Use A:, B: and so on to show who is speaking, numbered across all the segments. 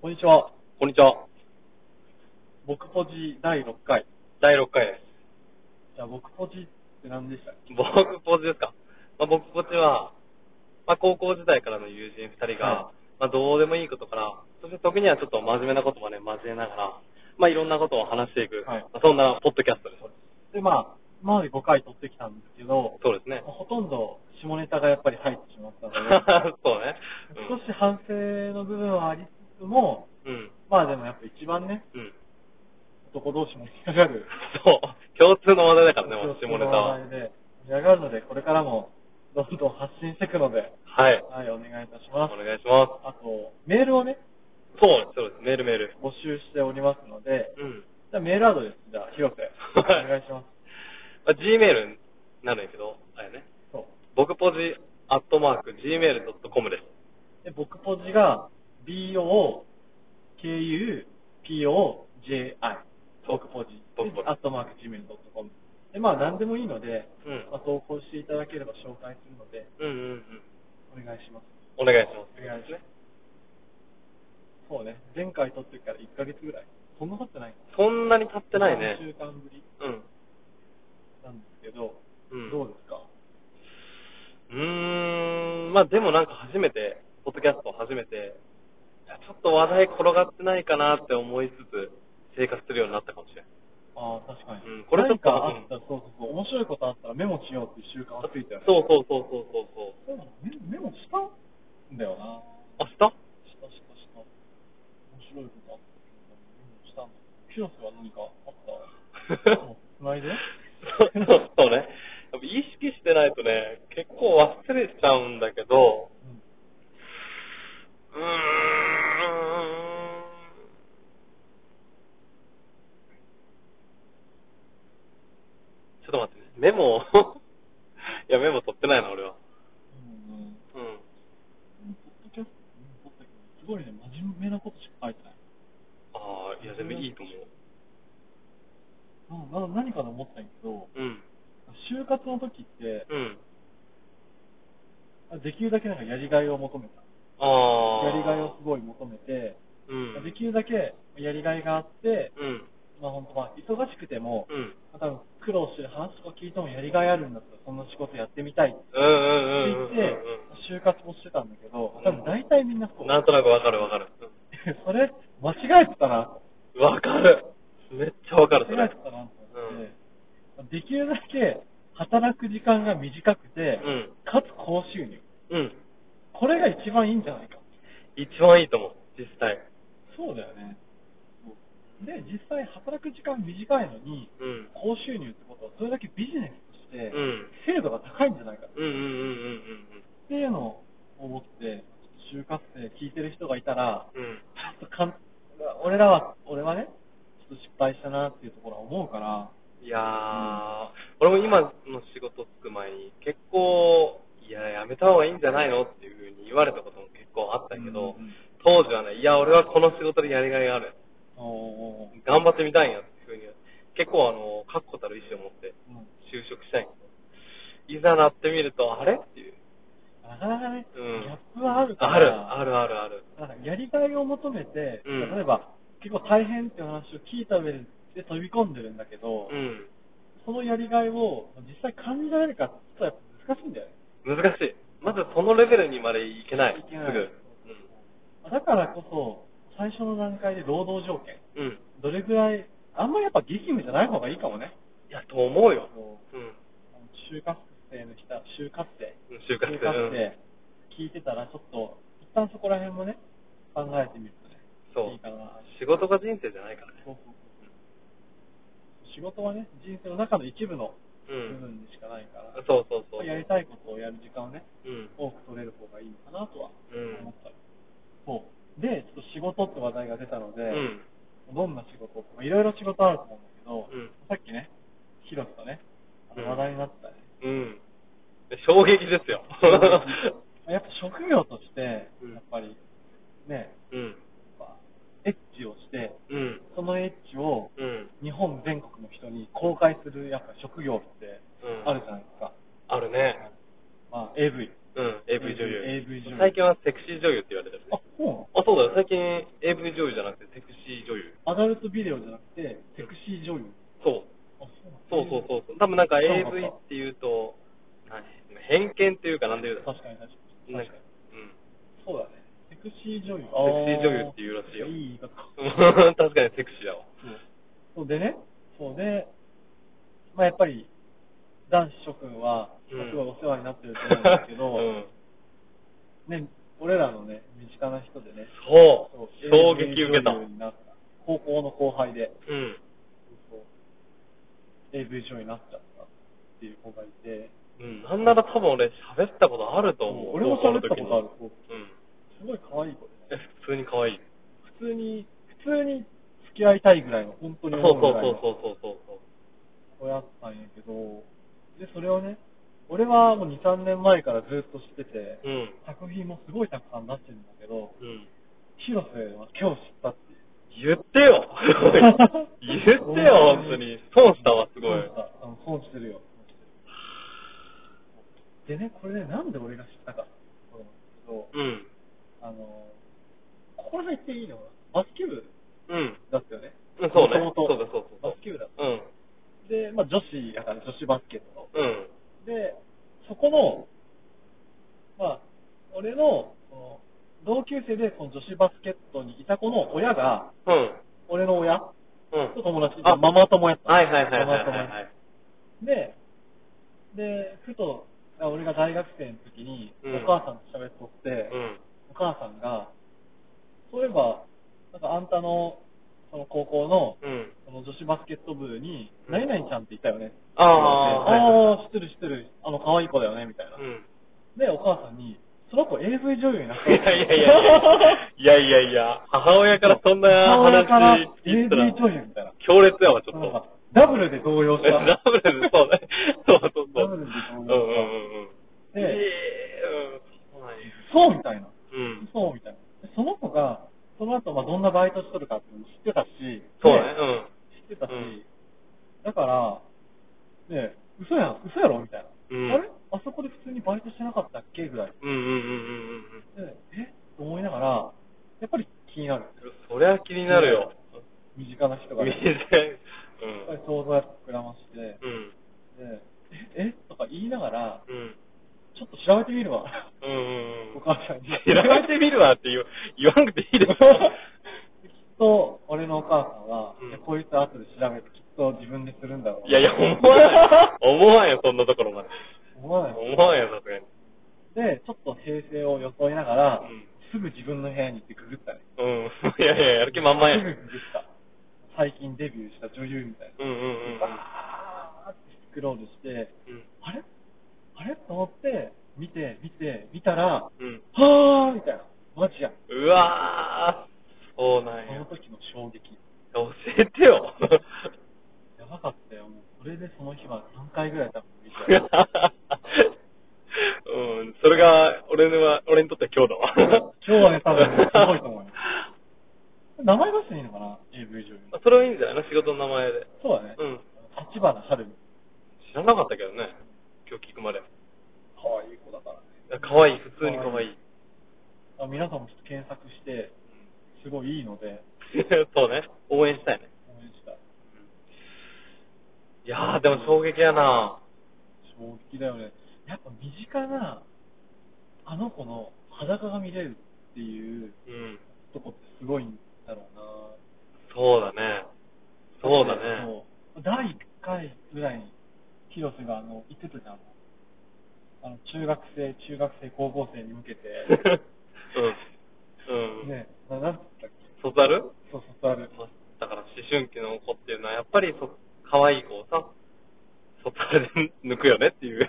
A: こんにちは。
B: こんにちは。
A: 僕ポジ第6回。
B: 第6回で
A: じゃあ、僕ポジって何でしたっ
B: す。僕ポーズですか。まあ、僕ポジは、まあ、高校時代からの友人2人が、
A: は
B: まあ、どうでもいいことから、そして時にはちょっと真面目なことまで交えながら、まあ、いろんなことを話していく、
A: はい
B: まあそんなポッドキャストです。
A: けで、まあ、今まで5回撮ってきたんですけど、
B: そうですね。
A: ほとんど下ネタがやっぱり入ってしまった
B: そう
A: の で、
B: ね。
A: 少し反省の部分はありつつも、
B: うん。うん。
A: まあでもやっぱ一番ね、
B: うん。
A: 男同士も引っかかる。
B: そう。共通の話題だからね、もう下
A: 共
B: ネ
A: 通
B: タ
A: の
B: は。
A: 話題で盛り上がるので、これからもどんどん発信していくので、
B: はい。
A: はい、お願いいたし
B: お
A: ます。
B: 願いします。
A: あと、メールをね、
B: そう、そうです。メールメール。
A: 募集しておりますので、
B: うん。
A: じゃあメールアドレス、じゃあ、広瀬、お
B: はい
A: 願いします。
B: まあ、Gmail になるんやけど、あれね。
A: そう。
B: 僕ポジアットマーク Gmail.com です。
A: で、僕ポジが BOKUPOJI。僕ポジ。
B: 僕ポジ
A: アットマーク Gmail.com。で、まあ何でもいいので、
B: うん
A: まあ、投稿していただければ紹介するので、
B: うんうんうん。
A: お願いします。
B: お願いします。
A: お願いします。そうね、前回撮ってから1ヶ月ぐらい。そんな経ってないか
B: そんなに経ってないね
A: 3。週間ぶり
B: うん。
A: なんですけど、
B: うん
A: どうですか
B: うーん、まあでもなんか初めて、ポッドキャストを初めて、いやちょっと話題転がってないかなって思いつつ、生活するようになったかもしれない。
A: ああ、確かに。
B: うんこれちょっと
A: 何かあったら、そうそうそう、面白いことあったらメモしようっていう習慣はついたよね。
B: そうそうそうそう
A: そう
B: そうそう。
A: なのメメモしたんだよな。
B: あ、した
A: したしたした。面白いことあったけど、メモしたんだ。広瀬は何かあったもう繋いで
B: そうそうそうね。やっぱ意識してないとね、結構忘れちゃうんだけど、
A: うん。
B: うーんちょっと待ってね。メモを いや、メモ取ってないな、俺は。
A: うん。
B: うん。
A: ポッドキャスト撮ったけど、すごいね、真面目なことしか書いてない。
B: ああ、いや、全部いいと思
A: なな何かと思ったんやけど、
B: う。うん。
A: 就活の時って、
B: うん。
A: できるだけなんかやりがいを求めた。
B: ああ。
A: やりがいをすごい求めて、
B: うん。
A: できるだけやりがいがあって、
B: うん。
A: まあ本当まあ忙しくても、
B: うん。
A: 多分苦労してる話とか聞いてもやりがいあるんだったらそんな仕事やってみたいって
B: うんうんうん
A: 言
B: うん
A: っ
B: うん
A: て、就活もしてたんだけど
B: うん、
A: 多分大体みんな
B: う
A: そ
B: ん。
A: う。
B: なんとなくわかるわかる。
A: それ、間違えてたな。
B: うんわかる。めっちゃわかる、そ
A: 間違え
B: れ
A: て。たなと思って、できるだけ働く時間が短くて、
B: うん
A: かつ高収入。
B: うん。
A: これが一番いいんじゃないか。
B: 一番いいと思う、実際。
A: そうだよね。で、実際働く時間短いのに、
B: うん。
A: 高収入ってことは、それだけビジネスとし
B: う
A: て、
B: ん。
A: 精度が高いんじゃないか
B: うんうんうんうんうん
A: っていうのを思って、就活生聞いてる人がいたら、
B: うん。うん。
A: ちょっとかん俺らは、俺はね、ちょっと失敗したなっていうところは思うから、
B: いやー、俺も今の仕事つく前に、結構、いや、やめた方がいいんじゃないのっていうふうに言われたことも結構あったけど、
A: うんうん
B: 当時はね、いや、俺はこの仕事でやりがいがある。
A: おー
B: 頑張ってみたいんやっていうふうに、結構あの、確固たる意志を持って
A: うん
B: 就職したいんやけど、いざなってみると、あれっていう。
A: なかなかね、
B: うん
A: ギャップはあるから、
B: ある、あるあるある。
A: なんかやりがいを求めて、
B: うん
A: 例えば、結構大変っていう話を聞いた上で飛び込んでるんだけど、
B: うん。
A: そのやりがいを実際感じられるかって言ったらやっぱ難しいんだよね。
B: 難しい。まずそのレベルにまでいけない。
A: い
B: す
A: け
B: ぐ。
A: ないだからこそ、最初の段階で労働条件、
B: うん。うん。
A: どれぐらい、あんまやっぱ激務じゃない方がいいかもね。
B: いや、と思うよ。
A: そう
B: うん。
A: 就活生の人、就活生、
B: うん就活生
A: 生、聞いてたらちょっと、一旦そこら辺もね、考えてみるとね、
B: そう
A: いいかな。
B: 仕事が人生じゃないからね。
A: そうそうそう仕事はね、人生の中の一部の
B: う
A: 部
B: ん。
A: 分でしかないから、
B: そうそうそう。
A: やりたいことをやる時間をね、
B: うん。
A: 多く取れる方がいいのかなとは
B: うん
A: 思ったり、そう。で、ちょっと仕事って話題が出たので、
B: うん。
A: どんな仕事まあいろいろ仕事あると思うんだけど、
B: うん
A: さっきね、広瀬とね、あ
B: うん
A: の話題にな ったね。
B: うん。衝撃ですよ。
A: やっぱ職業として、
B: うん
A: やっぱり、ね、
B: うん。
A: やっぱエッチをして、
B: うん。
A: そのエッチを
B: うん。
A: 日本全国の人に公開するやっぱ職業って
B: うん
A: あるじゃないですか。
B: あるね。
A: まあ、AV。
B: うん。AV 女優。
A: AV 女優
B: 最近はセクシー女優って言われてるね。
A: あ、そうなの
B: あ、そうそうだよ、最近 AV 女優じゃなくてセクシー女優。
A: アダルトビデオじゃなくて、セクシー女優。
B: そう。
A: あ、そうなんだ
B: そうそうそうそう。多分なんか
A: 知らなかった
B: AV っていうと、何偏見っていうかなんで言うの
A: 確かに確かに。
B: なん
A: 確
B: か
A: かに。、
B: うん。
A: そうだね。セクシー女優。セク
B: セクシー女優っていうらしいよ
A: いい言い方。
B: 確かにセクシーだわ。
A: そうでね、そうで、まあやっぱり、男子諸君は、
B: う
A: す
B: ん
A: ごいお世話になってると思うんですけど、
B: うん
A: ね、俺らのね、身近な人でね、
B: そ
A: そう
B: う、衝撃受けた。
A: AV 女優になった高校の後輩で、
B: うん。
A: そうそう AV 女優になっちゃったっていう子がいて、
B: うん、なんなら多分俺喋ったことあると思う。
A: 俺も喋ったことある
B: 高校の時にうん。
A: すごい可愛い子で
B: え
A: ね、
B: 普通に可愛い。
A: 普通に、普通に付き合いたいぐらいの、本
B: そ
A: 当
B: う
A: に
B: そう
A: 思うぐ
B: そ
A: らい
B: う
A: の。
B: そうそうそう。
A: やったんやけど、で、それをね、俺はもう2、3年前からずっと知ってて、
B: うん。
A: 作品もすごいたくさん出してるんだけど、
B: うん。
A: 広瀬は今日知ったっていう。
B: 言ってよ言ってよ、本当に。損したわ、すごい。
A: 損したあの損してるよ。損してるでね、これね、なんで俺が知ったかっていうところなんですけど、
B: うん。
A: あの、ここら辺っていいのかなバスケ部
B: うん。
A: だったよね。
B: うんそう
A: 元
B: ね
A: 々
B: そうだそうそうそう
A: バスケ部だっ
B: うん。
A: た。で、まあ女子だから女子バスケット。
B: うん。
A: で、そこの、まあ、俺の、その同級生でその女子バスケットにいた子の親が、
B: うん。
A: 俺の親と
B: うん。
A: 友達で、
B: あ
A: ママ友やった。
B: はいはいはいはい
A: ママ
B: は
A: 友
B: いはい。
A: で、で、ふと、あ俺が大学生の時に、
B: うん
A: お母さんと喋っとって、
B: うん。
A: お母さんが、そういえば、なんかあんたの、その高校の、
B: うん。
A: その女子バスケット部に、
B: うん
A: 何々ちゃんっていたよね。
B: あーはいはい
A: あー、知ってる知ってる。あの、可愛い子だよね、みたいな。
B: うん。
A: で、お母さんに、その子 AV 女優になった
B: い
A: よ。
B: やいや いやいや。いやいやいや、母親からそんな
A: 母親から
B: 話
A: AV
B: たら、
A: 女優みたいな。
B: 強烈やわ、ちょっ
A: なんか
B: と。
A: ダブルで動揺し
B: ダ
A: た。
B: ブルで、そうね。そうそうそう。
A: ダブルで動
B: うん
A: 揺
B: うんうんうん。
A: で
B: えー、うん。そ
A: そ
B: うなんや
A: うみたいな。
B: うん。
A: そうみたいな。でその子が、その後、まあ、どんなバイトしとるかっていうの知ってたし、
B: そうね
A: ね、知ってたし、
B: うん
A: だから、ねえ、嘘やん、嘘やろみたいな。
B: うん
A: あれあそこで普通にバイトしてなかったっけぐらい。
B: うん。うんうんうんうんうん。
A: でえと思いながら、やっぱり気になる。
B: そりゃ気になるよ。
A: 身近な人が、
B: 見
A: ね。や
B: て。う
A: っぱり
B: ん。
A: 想像が膨らまして、で
B: うん。
A: ええとか言いながら、
B: うん。
A: ちょっと調べてみるわ。
B: うんうんうん。
A: お母さんに。
B: 調 べてみるわって言う言わなくていい です
A: きっと、俺のお母さんは、
B: うん
A: いやこいつ後で調べて、きっと自分でするんだろう。
B: いやいや、思わない。思わんよ、そんなところまで。
A: 思わない。
B: 思わんよ、さすがに。
A: で、ちょっと平成を装いながら、
B: うん
A: すぐ自分の部屋に行ってググったね。
B: うん。 いやいや、やる気満々や。う
A: す
B: ん
A: ぐググった。最近デビューした女優みたい
B: うんうんうん。
A: な。バーってスクロールして、
B: うん
A: あれあれと思って、見て、見て、見たら、は
B: うん。
A: ぁーみたいな。マジや。
B: うわー、そうなん
A: その
B: や。
A: 時の衝撃。
B: 教えてよ。
A: やばかったよ。もう、それでその日は3回ぐらい多分見た。
B: うん、それが俺のは、俺にとっては今日だわ。
A: 今日はね多分ねすごいと思うよ名前出していいのかな ?AV 女優の。
B: それはいいんじゃないの仕事の名前で。
A: そうだね。
B: うん。
A: 立花春美。
B: 知らなかったけどね。今日聞くまで。
A: 可愛い子だからね。
B: かわいい、普通にかわいい。
A: あ皆さんもちょっと検索して、すごいいいので、
B: そうね。応援したいね。
A: 応援したい。
B: いやー、でも衝撃やな
A: 衝撃だよね。やっぱ身近な、あの子の裸が見れるっていう
B: うん。
A: とこってすごいんだろうな
B: そうだね。そうだね。
A: そう第1回ぐらいに、広瀬があの、言ってたじゃん。あの、中学生、中学生、高校生に向けて、
B: うん。うん。
A: ね、ななんだったっけ
B: 卒アル
A: そう、卒アル。
B: だから思春期の子っていうのは、やっぱりそ、可愛い子をさ、卒アルで抜くよねっ ていう。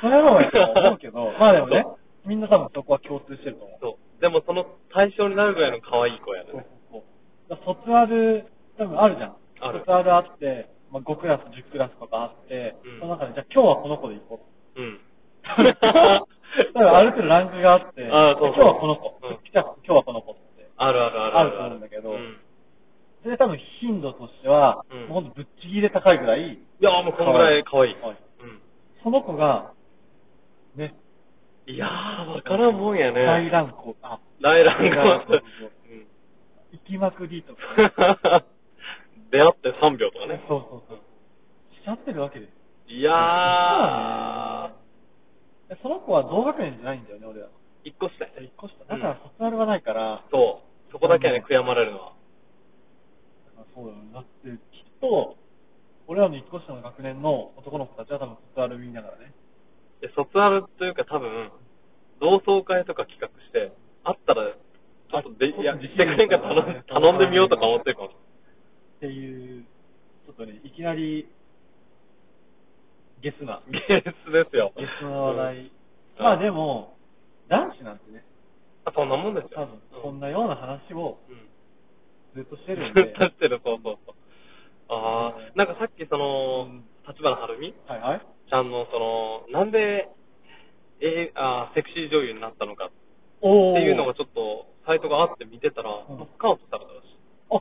A: それはやと思うけ ど、まあでもね、みんな多分そこは共通してると思う。
B: そう。でもその対象になるぐらいの可愛い子やね
A: そう。そうそう。だから卒アル、多分あるじゃん。
B: ある
A: 卒アルあって、まあ、5クラス、10クラスとかあって、
B: うん
A: その中で、じゃあ今日はこの子で行こう。
B: うん。
A: 多 分ある程度ランクがあって、
B: あそ
A: 今
B: うそう
A: 日はこの子、
B: うん
A: じゃあ今日はこの子って。
B: あるあるある
A: あると思うんだけど
B: うん、
A: それで多分頻度としては、
B: うん
A: もうほんとぶっちぎれ高いぐらい、
B: いやーもうこんぐらい可愛い。
A: 可愛い
B: うん。
A: その子が、ね、
B: いやー、わからんもんやね。
A: 大乱行、あ、
B: 大乱が
A: そうそうそう
B: うん
A: 行きまくりとか。
B: 出会って3秒とかね。
A: そうそうそう。しちゃってるわけです。
B: いやー、
A: でその子は同学年じゃないんだよね、俺ら。
B: 一個したい。
A: 一個下。だから卒アルがないから、
B: そう。そこだけはね、悔やまれるのは。
A: そうだよね。だって、きっと、俺らの一個下の学年の男の子たちは多分卒アル見ながらね。
B: で、卒アルというか多分、同窓会とか企画して、あったら、ちょっとで、
A: あ
B: いや、してくれんか頼ん頼んでみようとか思ってるかもし
A: っていう、ちょっとね、いきなり、ゲスな、
B: れない。ゲスですよ。
A: ゲスな話題。
B: うん
A: まあでも、男子なんてね、
B: あそんなもんです
A: 多
B: よ。
A: 分、そんなような話を
B: うん。
A: ずっとして
B: 出
A: るんで、
B: してる、そうそうそう。ああ、なんかさっきその
A: うん、
B: 立花晴美
A: はいはい。
B: ちゃんのその、なんで、えあーセクシー女優になったのかって
A: お
B: いうのがちょっと、サイトがあって見てたら、
A: うん
B: ノックアウトされたらしい。
A: あ、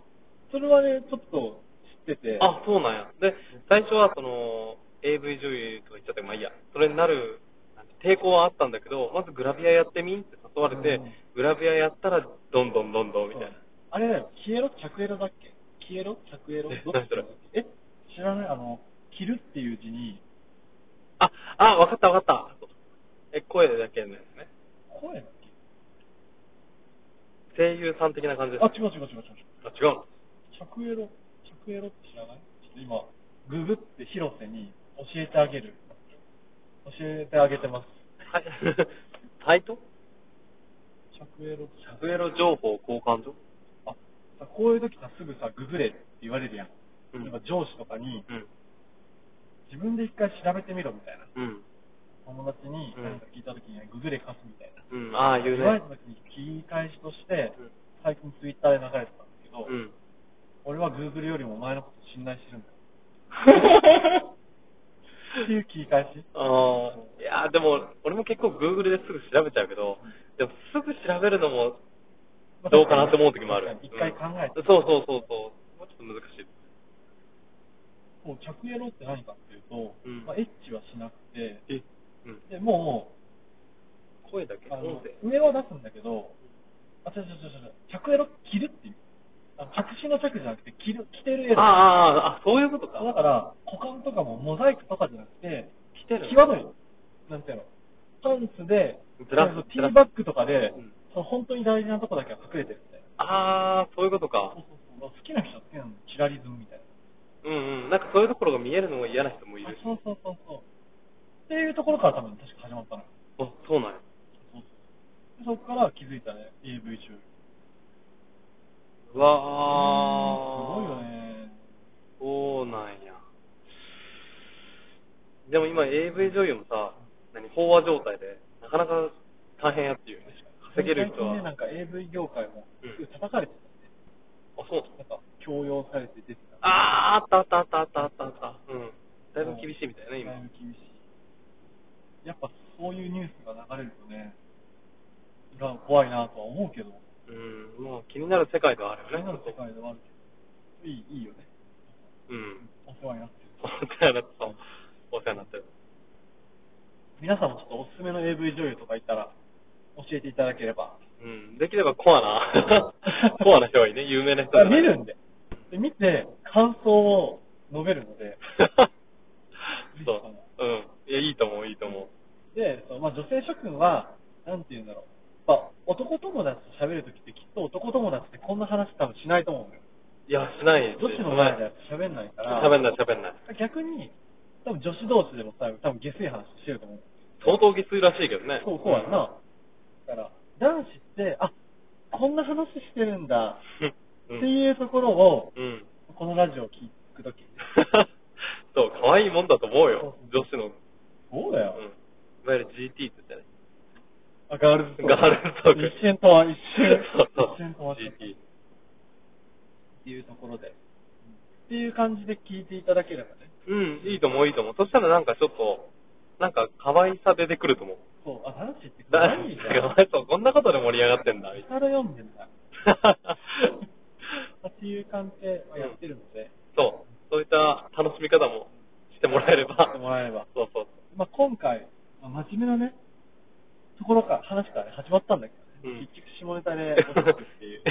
A: それはね、ちょっと知ってて、
B: あ、そうなんや。で、最初はその、AV 女優とか言っちゃって、まあいいや、それになる、なんて抵抗はあったんだけど、まずグラビアやってみんって誘われて
A: うん、
B: グラビアやったら、どんどんどんどんみたいな。
A: あれだよ、消えろ、着エロだっけ消えろ、着エロ
B: え
A: どっちだっ
B: 何
A: けえ、知らないあの、着るっていう字に、
B: あ、あ、わかったわかった。え、声だけのやつね。
A: 声だっけ
B: 声優さん的な感じです、
A: あ、違う違う違う違う。
B: あ、違うの
A: 着エロ、着エロって知らないちょっと今、ググって広瀬に教えてあげる。教えてあげてます。
B: はい。 サイト
A: 着エロ、
B: シャブエロ情報交換所
A: あ、さこういう時さ、すぐさ、ググれって言われるやん。
B: うん
A: なんか上司とかに、
B: うん。
A: 自分で一回調べてみろみたいな。
B: うん。
A: 友達に
B: うん
A: 何か聞いた時に、ググれ貸すみたいな。
B: うん。ああ、言う
A: 言われ
B: ね
A: た。時に切り返しとして、
B: うん
A: 最近ツイッターで流れてたんですけど、
B: うん。
A: 俺はグーグルよりもお前のこと信頼してるんだよ。っ ていう切り返し。
B: ああ、いやーでも、俺も結構 Google ですぐ調べちゃうけど、でもすぐ調べるのもどうかなって思う時もある
A: 確。かに一回考えて、
B: うんそうそうそうそう。もうちょっと難しい。
A: もう着エロって何かっていうと、
B: うん
A: まあ、エッチはしなくて、
B: え、うん。
A: でも
B: 声だけ
A: うあの
B: 音声。
A: 上は出すんだけど、あ、違う違う違う違う、着エロ着るっていう。あの着信の着じゃなくて、着る、着てるエ
B: あ
A: ロ。
B: あ、ああ、あそういうことか。
A: だから、股間とかもモザイクとかじゃなくて、
B: 来てる
A: 際どい、なんていうの、パンツで、
B: ずらす
A: そうそうティ
B: ずら
A: ー
B: す
A: バッグとかで、
B: うん
A: その本当に大事なとこだけは隠れてるみたいな。
B: ああ、そういうことか
A: そう。そうそう好きな人は好きなの、キラリズムみたいな。
B: うんうん。なんかそういうところが見えるのも嫌な人もい
A: あ
B: るし。
A: そうそうそうそう。っていうところから多分確か始まったのよ。
B: あ、そうなんや。
A: そうそうでそこから気づいたね、AV 中。
B: う
A: す
B: わ
A: ご
B: あ。
A: いよ。ね。
B: そうなんや。でも今 AV 女優もさ、何、飽和状態で、なかなか大変やっていうよね。稼げる人
A: 最近
B: は。
A: ね、なんか AV 業界も
B: うん
A: 叩かれてたね。
B: あ、そう
A: なんか強要されて出てた。
B: あー、あったあったあったあったあったあった。うん。だいぶ厳しいみたいな、今
A: だい。ぶ厳しい。やっぱそういうニュースが流れるとね、が怖いなとは思うけど、
B: うん。もう気になる世界ではあるよ
A: 気
B: ね。
A: になる世界ではあるけど、いい、いいよね。
B: うん。
A: お世話になってる。
B: お世話になってた。お世話になってる。
A: 皆さんもちょっとおすすめの AV 女優とかいたら、教えていただければ。
B: うん。できればコアな、 コアな人がいいね。有名な人じゃない
A: 見るんで。で、見て、感想を述べるので、
B: そう。うん。いや、いいと思う、いいと思う。
A: で、そのまあ、女性諸君は、なんて言うんだろう。まあ、男友達と喋るときってきっと男友達ってこんな話多分しないと思うんだよ。
B: いや、しないです
A: 女子の前では喋んないから。
B: 喋んない、喋んない。
A: 逆に、多分女子同士でもさ、多分下水話してると思う。
B: 相当きついらしいけどね。
A: そう、こうやんな。だから、男子って、あ、こんな話してるんだ、
B: う
A: っ
B: ん。
A: ていうところを、
B: うん。
A: このラジオを聞くとき。
B: そう、可愛いもんだと思うよ。女子の。
A: そうだよ
B: う。ん。いわゆる GT って言った ね。
A: あ、ガールズトーク。
B: ガールズトーク
A: 一瞬とは、一瞬
B: そうそう。
A: 一瞬とは、
B: GT
A: っていうところで。っていう感じで聞いていただければね。
B: うん、いいと思う、いいと思う。そしたらなんかちょっと、なんか可愛さ出てくると思う。
A: そう、あ、男子って可
B: だ
A: 愛いじゃん。
B: から、そうこんなことで盛り上がってんだ、みたい
A: 下から読んでんだ。
B: な。
A: っていう感じでやってるので、
B: そう、そういった楽しみ方もしてもらえれ
A: やって
B: ば。
A: もらえれば。
B: そうそう。
A: まあ、今回、まあ真面目なね、ところから、話からね、始まったんだけどね。
B: うん
A: 結局下ネタで落ち着くって いう。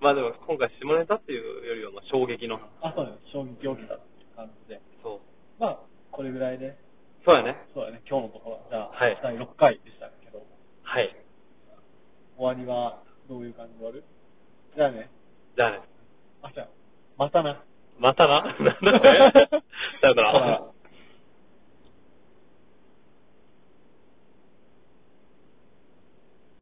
B: まあでも今回下ネタっていうよりはまあ衝撃の。
A: あ、そうだよ。衝撃を受けたっていう感じで。
B: そう。
A: まあ、これぐらいで、
B: そうやね。
A: そうだね、今日のところは、じゃあ、
B: はい
A: 第6回でしたけど、
B: はい。
A: 終わりはどういう感じで終わるじゃあね、
B: じゃあね。
A: あ、じゃあ、またな。
B: またな。なんだこれさよなら。